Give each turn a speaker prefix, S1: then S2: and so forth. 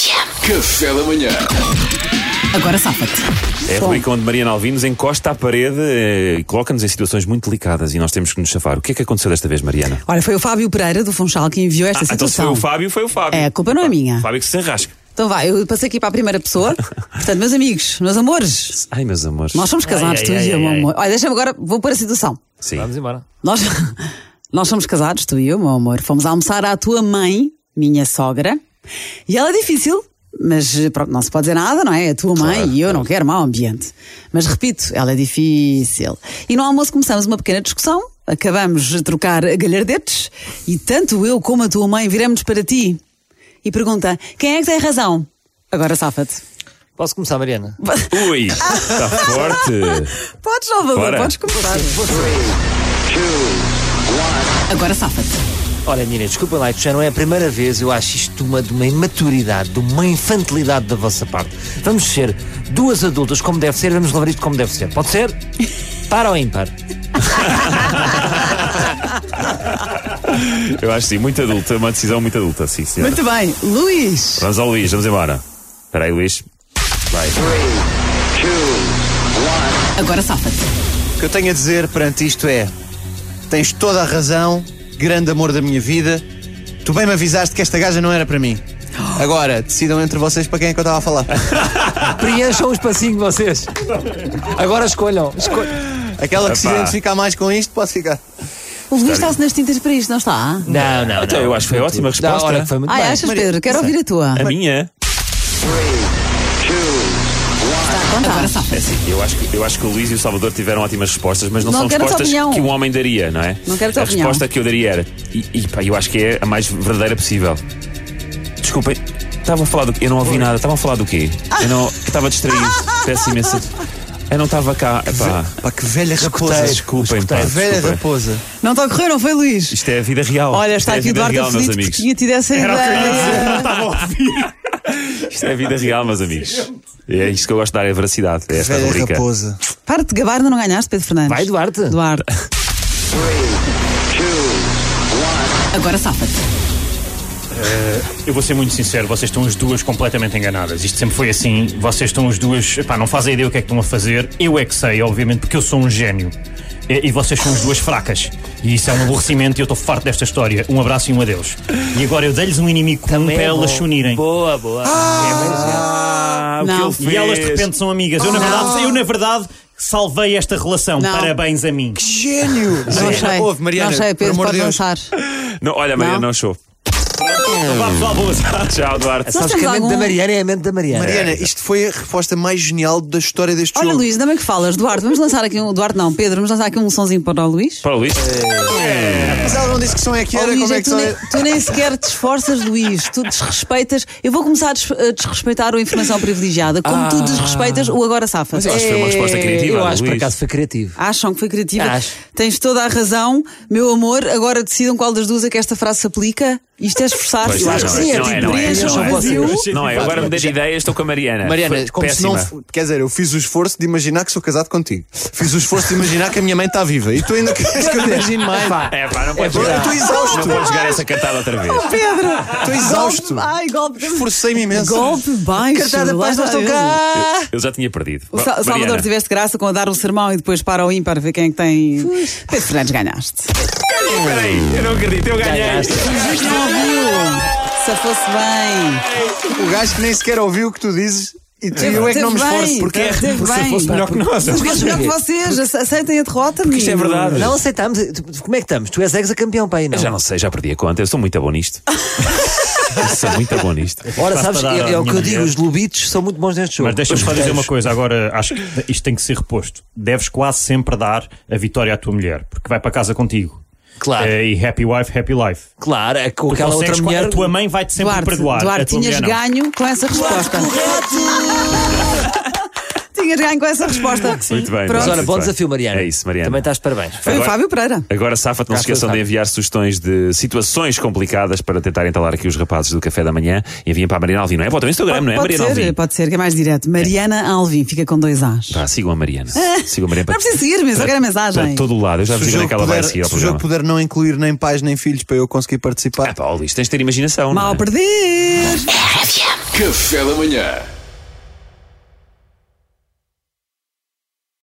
S1: Café da manhã.
S2: Agora safa-te.
S3: É a rubrica onde Mariana Alvinos encosta à parede eh, e coloca-nos em situações muito delicadas e nós temos que nos safar. O que é que aconteceu desta vez, Mariana?
S2: Olha, foi o Fábio Pereira do Funchal que enviou esta
S3: então se foi
S2: situação.
S3: o Fábio, foi o Fábio.
S2: É, a culpa não é minha.
S3: Fábio que se enrasca.
S2: Então vai, eu passo aqui para a primeira pessoa. Portanto, meus amigos, meus amores,
S3: Ai, meus amores.
S2: nós somos casados,
S4: ai,
S2: tu
S4: ai,
S2: e eu,
S4: ai,
S2: meu
S4: ai.
S2: amor. Olha, deixa-me agora, vou pôr a situação.
S3: Sim.
S4: Vamos embora.
S2: Nós, nós somos casados, tu e eu, meu amor. Fomos almoçar à tua mãe, minha sogra, e ela é difícil, mas pronto, não se pode dizer nada, não é? É a tua mãe e eu não quero mau ambiente. Mas repito, ela é difícil. E no almoço começamos uma pequena discussão, acabamos a trocar galhardetes, e tanto eu como a tua mãe viramos para ti e pergunta: quem é que tem razão? Agora safa-te.
S4: Posso começar, Mariana?
S3: Ui, está forte.
S2: Podes, Salvador,
S3: Bora.
S2: podes começar. Agora safa-te.
S4: Olha, menina, desculpa lá, isto já não é a primeira vez. Eu acho isto uma de uma imaturidade, de uma infantilidade da vossa parte. Vamos ser duas adultas como deve ser, vamos levar isto como deve ser. Pode ser? Para ou ímpar?
S3: Eu acho sim, muito adulta, uma decisão muito adulta, sim, senhora.
S2: Muito bem, Luís.
S3: Vamos ao Luís, vamos embora. Espera aí, Luís. Vai.
S2: Agora safa-te.
S5: O que eu tenho a dizer perante isto é: tens toda a razão, grande amor da minha vida. Tu bem me avisaste que esta gaja não era para mim. Agora, decidam entre vocês para quem é que eu estava a falar.
S4: Preencham o espacinho de vocês. Agora escolham. Escol-
S5: Aquela que se
S3: Epá.
S5: identificar mais com isto pode ficar.
S2: O Luís está-se nas tintas para isto, não está?
S4: Não, não, não.
S3: Então, eu acho que foi ótima a resposta.
S4: Não, olha, que foi muito
S2: Ai,
S4: bem.
S2: achas, Pedro? Quero ouvir a tua.
S3: A minha?
S2: Agora safa.
S3: É assim, eu acho, que, eu acho que o Luís e o Salvador tiveram ótimas respostas, mas não,
S2: Não
S3: são
S2: quero a tua
S3: respostas
S2: opinião.
S3: que um homem daria, não é?
S2: Não quero a tua
S3: a
S2: opinião.
S3: resposta que eu daria era, e, e pá, eu acho que é a mais verdadeira possível. Desculpem, estava a falar do quê? Eu não ouvi nada, estavam a falar do quê? Eu não estava distraído, peço imensa. Eu não estava cá, pá.
S5: Pá, que velha raposa.
S3: Escutei, desculpem, pá,
S5: Que velha
S3: desculpem.
S5: raposa.
S2: Não está a correr, não foi, Luís?
S3: Isto é a vida real.
S2: Olha, está
S3: Isto
S2: aqui
S3: é a
S2: o
S3: vida
S2: Eduardo
S3: real, meus
S2: aflito que
S3: amigos.
S2: tinha tido essa ideia.
S3: Isto é a vida real, meus amigos. É isto que eu gosto de dar, é a veracidade. É esta
S5: Velha
S3: rubrica.
S5: raposa.
S2: Para de gabar, ainda não ganhaste, Pedro Fernandes.
S4: Vai, Duarte.
S2: Duarte. Agora safa-te.
S6: Eu vou ser muito sincero, vocês estão as duas completamente enganadas. Isto sempre foi assim. Vocês estão as duas. Epá, não fazem ideia o que é que estão a fazer. Eu é que sei, obviamente, porque eu sou um gênio. E, e vocês são as duas fracas. E isso é um aborrecimento e eu estou farto desta história. Um abraço e um adeus. E agora eu dei-lhes um inimigo comum
S4: Também
S6: para
S4: é
S6: elas
S4: bom.
S6: se unirem.
S4: Boa, boa.
S3: Ah, o
S2: Não.
S3: que ele
S6: E elas de
S3: fez.
S6: repente são amigas. Eu, na verdade, eu, na verdade salvei esta relação.
S2: Não.
S6: Parabéns a mim.
S5: Gênio!
S2: Não sei.
S5: Ouve, Mariana,
S2: não sei,
S5: por
S2: Pedro,
S5: amor
S2: pode
S5: de Deus.
S2: lançar.
S3: Não, olha, Maria,
S2: Não?
S3: não, achou.
S6: Vá, pessoal, boas.
S3: Tchau, Duarte.
S4: Sabes que
S2: temos
S4: a mente
S2: algum-
S4: da Mariana é a mente da Mariana.
S5: Mariana, isto foi a resposta mais genial da história deste
S2: Olha,
S5: jogo.
S2: Luís, ainda bem que falas. Duarte, vamos lançar aqui um. Duarte, não, Pedro, vamos lançar aqui um sonzinho para o Luís.
S3: Para o Luís.
S5: Mas ela não disse que som é que
S2: Oh,
S5: era,
S2: Luís,
S5: como
S2: é
S5: é
S2: que
S5: que
S2: tu,
S5: som
S2: nem,
S5: é.
S2: tu nem sequer te esforças, Luís. Tu desrespeitas. Eu vou começar a des- a desrespeitar a informação privilegiada. Como
S5: Ah.
S2: tu desrespeitas o agora safa
S3: Mas eu acho que foi uma resposta criativa,
S4: É. Eu
S3: do
S4: acho que por
S3: Luís.
S4: acaso foi criativo.
S2: Acham que foi criativa?
S4: Acho.
S2: Tens toda a razão, meu amor. Agora decidam qual das duas é que esta frase se aplica. Isto é esforçar-se.
S3: Pois
S2: Eu
S3: não,
S2: acho que
S3: não,
S2: sim, é
S3: não é,
S2: tipo
S3: não é,
S2: preencham
S3: não
S2: o
S3: é.
S2: vazio.
S3: Não é, eu agora me dei ideia, estou com a Mariana.
S5: Mariana,
S3: Foi
S5: como se não.
S3: péssima.
S5: f- Quer dizer, eu fiz o esforço de imaginar que sou casado contigo. Fiz o esforço de imaginar que a minha mãe está viva. E tu ainda queres que eu imagine mais?
S3: É pá, não podes
S5: Eu
S3: jogar.
S5: estou exausto.
S3: Não podes jogar essa cantada outra vez.
S2: Pedro!
S5: Estou exausto.
S2: Golpe- Ai, golpe.
S5: Esforcei-me imenso.
S2: Golpe baixo.
S5: Cartada
S2: lá
S5: paz, não
S2: está
S5: estou
S2: ele.
S5: cá.
S3: Eu- Eu já tinha perdido.
S2: O Sa- Salvador,
S3: Mariana.
S2: tiveste graça com a dar o sermão e depois para o ímpar ver quem é que tem. Pedro Fernandes, ganhaste.
S3: Espera aí, eu não acredito, eu ganhei.
S2: Se fosse bem.
S5: O gajo que nem sequer ouviu o que tu dizes e tu eu é que
S2: Teve
S5: não me
S2: bem,
S5: esforço. Porque é
S2: teve bem.
S3: que nós.
S2: Mas gosto melhor que vocês. ace- Aceitem a derrota, menino.
S3: isto é verdade.
S4: Não aceitamos. Tu- Como é que estamos? Tu és ex-campeão, pai, não?
S3: Eu já não sei, já perdi a conta. Eu sou muito bom nisto. Eu sou muito bom nisto.
S4: Ora,
S6: Faço
S4: sabes,
S6: para dar
S4: é, é
S6: à
S4: o que eu
S6: minha
S4: digo,
S6: mulher.
S4: os lobitos são muito bons neste jogo.
S6: Mas deixa-me
S4: Os
S6: só dizer
S4: feios.
S6: uma coisa, agora acho que isto tem que ser reposto. Deves quase sempre dar a vitória à tua mulher, porque vai para casa contigo.
S4: Claro.
S6: Eh, E happy wife, happy life.
S4: Claro, é com
S6: Tu
S4: aquela outra
S6: consegues,
S4: mulher.
S6: A tua mãe vai-te sempre
S2: Duarte,
S6: é perdoar.
S2: Duarte,
S6: a tua
S2: tinhas
S6: mulher não.
S2: ganho com essa resposta. tinhas ganho com essa resposta.
S3: Muito bem.
S2: Pronto.
S4: Mas olha,
S3: Muito
S4: bom
S3: bem.
S4: desafio, Mariana.
S3: É isso, Mariana.
S4: Também estás de parabéns.
S2: Foi o
S3: Agora-
S2: Fábio Pereira.
S3: Agora, Safa-te, não se
S4: Acho que
S3: esqueçam de
S4: sabe.
S3: enviar sugestões de situações complicadas para tentar entalar aqui os rapazes do café da manhã. Enviem para a Mariana Alvim, não é? Bota o Instagram, não é?
S2: pode,
S3: Mariana
S2: ser,
S3: Alvim.
S2: pode ser, que é mais direto. Mariana Alvim, fica com dois As.
S3: Pá, sigam a Mariana. Sigam Tá. a Mariana.
S2: Não é preciso seguir, mas só quero a
S3: Para
S2: mensagem.
S3: todo o lado. Eu já vos
S5: Se o
S3: digo onde
S5: jogo
S3: é que ela vai
S5: puder-
S3: seguir ao
S5: se o jogo
S3: programa. É,
S5: puder não incluir nem pais nem filhos para eu conseguir participar.
S3: Ah, pá, ó, Luís, tens de ter imaginação. não
S2: Mal
S3: é?
S2: perder.
S1: Café da Manhã